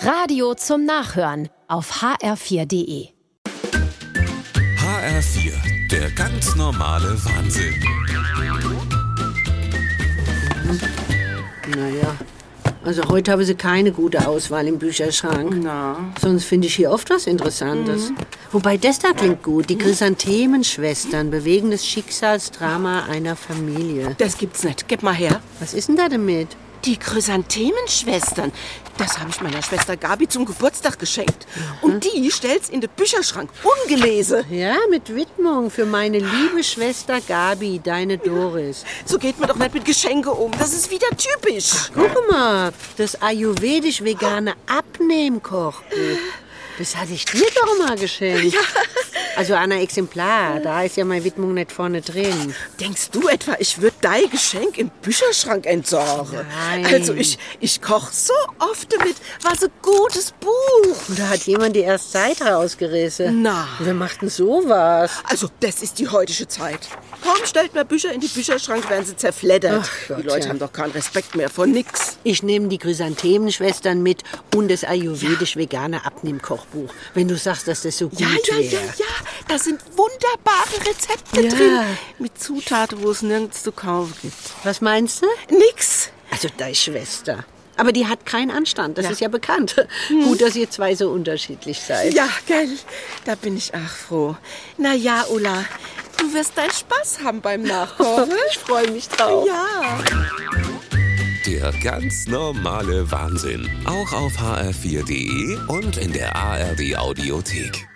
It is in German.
Radio zum Nachhören auf hr4.de. HR4, der ganz normale Wahnsinn. Naja, also heute habe sie keine gute Auswahl im Bücherschrank. Na, Sonst finde ich hier oft was Interessantes. Wobei das da klingt gut. Die Chrysanthemenschwestern, bewegendes Schicksalsdrama einer Familie. das gibt's nicht. Gib mal her. Was ist denn da damit? Die Chrysanthemenschwestern. Das habe ich meiner Schwester Gabi zum Geburtstag geschenkt. Und die stellt's in den Bücherschrank. Ungelesen. Ja, mit Widmung für meine liebe Schwester Gabi, deine Doris. So geht man doch nicht mit Geschenke um. Das ist wieder typisch. Guck mal, das ayurvedisch-vegane Abnehmkochbuch. Das hatte ich dir doch mal geschenkt. Also an ein Exemplar, da ist ja meine Widmung nicht vorne drin. Denkst du etwa, ich würde dein Geschenk im Bücherschrank entsorgen? Nein. Also ich, ich koche so oft damit. Was ein gutes Buch. Da hat jemand die erst Zeit rausgerissen. Na. Wer macht denn sowas? Also, das ist die heutige Zeit. Kaum stellt man Bücher in den Bücherschrank, werden sie zerfleddert. Ach Gott, die Leute ja. haben doch keinen Respekt mehr vor nix. Ich nehme die Chrysanthemenschwestern mit und das ayurvedisch-vegane Abnehmkochbuch. Wenn du sagst, dass das so gut Ja, ja, ja, wäre. ja. Da sind wunderbare Rezepte Ja. drin. Mit Zutaten, wo es nirgends zu kaufen gibt. Was meinst du? Nix. Also deine Schwester. Aber die hat keinen Anstand, das Ja. ist ja Hm. bekannt. Gut, dass ihr zwei so unterschiedlich seid. Ja, gell. Da bin ich auch froh. Na ja, Ulla, du wirst deinen Spaß haben beim Nachkochen. Ich freue mich drauf. ja. Der ganz normale Wahnsinn. Auch auf hr4.de und in der ARD Audiothek.